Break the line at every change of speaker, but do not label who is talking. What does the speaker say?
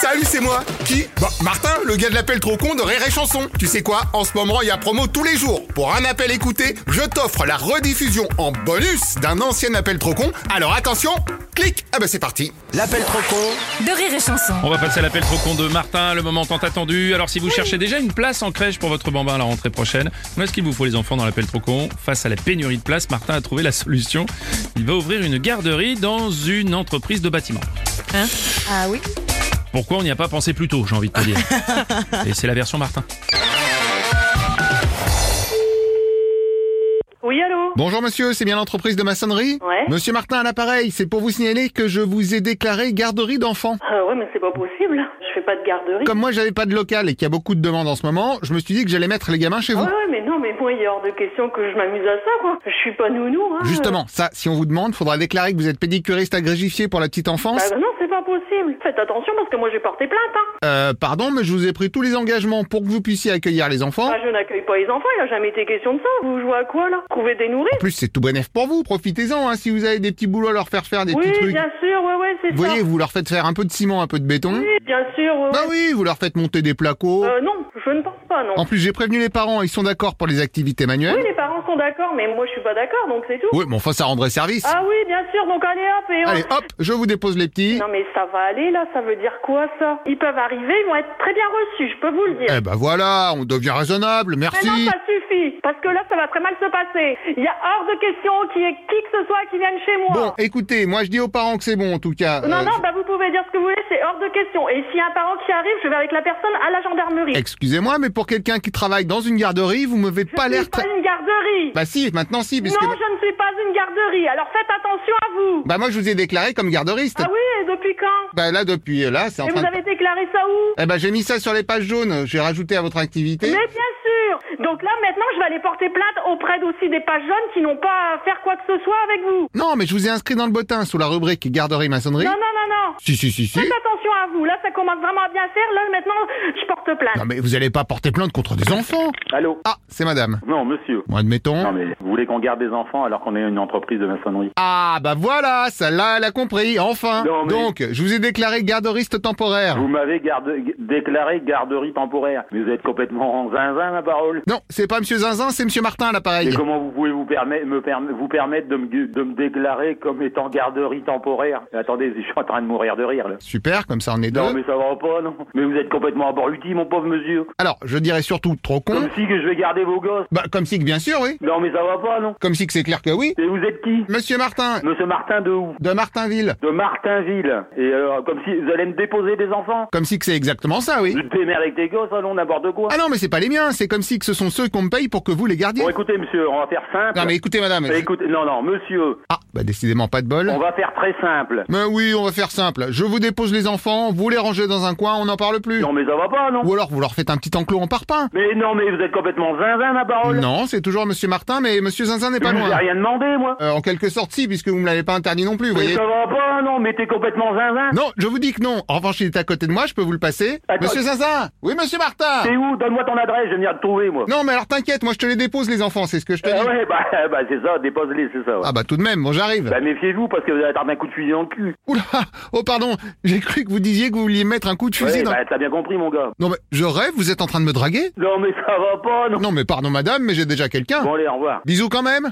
Salut, c'est moi. Qui Bah, Martin, le gars de l'appel trop con de Rire et Chanson. Tu sais quoi En ce moment, il y a promo tous les jours. Pour un appel écouté, je t'offre la rediffusion en bonus d'un ancien appel trop con. Alors attention, clique. Ah bah c'est parti.
L'appel trop con
de rire et chanson.
On va passer à l'appel trop con de Martin, le moment tant attendu. Alors si vous cherchez déjà une place en crèche pour votre bambin à la rentrée prochaine, où est-ce qu'il vous faut les enfants dans l'appel trop con Face à la pénurie de places, Martin a trouvé la solution. Il va ouvrir une garderie dans une entreprise de bâtiment.
Ah oui
Pourquoi on n'y a pas pensé plus tôt, j'ai envie de te dire Et c'est la version Martin.
Oui, allô
Bonjour monsieur, c'est bien l'entreprise de maçonnerie
Ouais.
Monsieur Martin à l'appareil, c'est pour vous signaler que je vous ai déclaré garderie d'enfants.
euh, Ouais, mais c'est pas possible. Je fais pas de garderie.
Comme moi j'avais pas de local et qu'il y a beaucoup de demandes en ce moment, je me suis dit que j'allais mettre les gamins chez
Ouais,
vous.
Ah ouais, mais non, mais moi, il est hors de question que je m'amuse à ça, quoi. Je suis pas nounou, hein.
Justement, ça, si on vous demande, faudra déclarer que vous êtes pédicuriste agrégifié pour la petite enfance.
Bah, bah non, c'est pas possible. Faites attention parce que moi, j'ai porté plainte, hein.
Euh, pardon, mais je vous ai pris tous les engagements pour que vous puissiez accueillir les enfants.
Ah, je n'accueille pas les enfants, il a jamais été question de ça. Vous jouez à quoi, là Trouver des
En
nourrices
plus, c'est tout bénef pour vous. Profitez-en, hein, si vous avez des petits boulots à leur faire faire des
Oui,
petits trucs.
bien sûr, ouais, ouais, c'est
Vous
ça.
voyez, vous leur faites faire un peu de ciment, un peu de béton.
Oui, bien sûr, ouais,
hein. Bah
ouais.
oui, vous leur faites monter des placos.
Euh, non, je ne pense pas, non.
En plus, j'ai prévenu les parents, ils sont d'accord pour les activités
Oui,
manuelles.
les parents sont d'accord, mais moi, je suis pas d'accord, donc c'est tout.
Oui, mais enfin, ça rendrait service.
Ah oui, bien sûr, donc allez, hop, et on-
Allez, hop, je vous dépose les petits.
Non mais ça va aller là, ça veut dire quoi ça Ils peuvent arriver, ils vont être très bien reçus, je peux vous le dire.
Eh ben voilà, on devient raisonnable,
Mais non,
merci.
ça suffit, parce que là, ça va très mal se passer. Il y a hors de question qu'il y ait qui que ce soit qui vienne chez
Bon,
moi.
écoutez, moi je dis aux parents que c'est bon en tout cas.
non,
Euh,
non, bah vous pouvez dire ce que vous voulez, c'est hors de question. Et s'il y a un parent qui arrive, je vais avec la personne à la gendarmerie.
Excusez-moi, mais pour quelqu'un qui travaille dans une garderie, vous me faites
je
pas
ne
l'air
suis pas
très...
une garderie.
Bah si, maintenant si, puisque...
non, je ne suis pas une garderie, alors faites attention à vous.
Bah moi je vous ai déclaré comme garderiste.
ah oui, et depuis quand
Bah là depuis euh, là c'est en
Et
train
vous
de...
avez déclaré ça où
Eh ben j'ai mis ça sur les pages jaunes, j'ai rajouté à votre activité.
Mais bien sûr Donc là, maintenant, je vais aller porter plainte auprès d'aussi des pages jaunes qui n'ont pas à faire quoi que ce soit avec vous.
Non mais je vous ai inscrit dans le bottin sous la rubrique garderie maçonnerie.
Non, non, non, non
Si si si si.
Faites attention à vous, là, ça commence vraiment à bien faire. Là, maintenant, je porte plainte.
Non mais vous allez pas porter plainte contre des enfants.
Allô
Ah, c'est madame.
Non, monsieur.
Bon admettons.
Non, mais vous voulez qu'on garde des enfants alors qu'on est une entreprise de maçonnerie
Ah bah voilà, celle-là elle a compris, enfin.
Non, mais-
Donc, je vous ai déclaré garderiste temporaire.
Vous m'avez garde- déclaré garderie temporaire. Mais vous êtes complètement zinzin, ma parole.
Non, c'est pas monsieur Zinzin, c'est monsieur Martin à
Et
l'appareil.
comment vous pouvez vous, permet- me perm- vous permettre de me, gu- de me déclarer comme étant garderie temporaire Attendez, je suis en train de mourir de rire, là.
Super, comme ça on est deux.
Non, mais ça va pas, non Mais vous êtes complètement aborluti, mon pauvre monsieur.
Alors, je dirais surtout trop con.
Comme si que je vais garder vos gosses.
Bah, comme si que bien sûr, oui.
Non, mais ça va pas, non
Comme si que c'est clair que oui.
Et vous êtes qui
Monsieur Martin,
Monsieur Martin de où
de Martinville.
De Martinville. Et alors, comme si vous allez me déposer des enfants
Comme si que c'est exactement ça, oui.
Je te démerde avec tes gosses, hein, allons n'importe quoi.
Ah non, mais c'est pas les miens, c'est comme si que ce sont ceux qu'on me paye pour que vous les gardiez.
Bon, écoutez, monsieur, on va faire simple.
Non mais écoutez madame.
Eh, écoutez, non, non, monsieur,
Ah, bah décidément pas de bol.
on va faire très simple.
Mais oui, on va faire simple. Je vous dépose les enfants, vous les rangez dans un coin, on n'en parle plus.
Non, mais ça va pas, non
Ou alors vous leur faites un petit enclos en parpaing.
Mais non, mais vous êtes complètement zinzin, ma parole.
Non, c'est toujours Monsieur Martin, mais Monsieur Zinzin n'est
Oh Je
pas
vous ai
loin.
rien demandé, moi.
Euh, en quelque sorte, si, puisque vous me l'avez pas interdit non plus, vous
mais
voyez.
ça va pas, non, mais t'es complètement zinzin.
Non, je vous dis que non. En revanche, il est à côté de moi, je peux vous le passer.
Attends.
Monsieur Zinzin Oui, Monsieur Martin
T'es où Donne-moi ton adresse, je vais venir te trouver, moi.
Non, mais alors t'inquiète, moi je te les dépose les enfants, c'est ce que je te
Ah
dis.
ouais, bah, bah, c'est ça, dépose-les, c'est ça. ouais.
Ah bah tout de même, bon j'arrive.
Bah méfiez-vous parce que vous allez attendre un coup de fusil dans le cul.
Oula Oh pardon, j'ai cru que vous disiez que vous vouliez mettre un coup de fusil
Ouais,
dans...
bah, t'as bien compris, mon gars.
Non mais je rêve, vous êtes en train de me draguer
Non, mais ça va pas, non.
Non mais pardon madame, mais j'ai déjà quelqu'un.
Bon, allez, au revoir.
Bisous quand même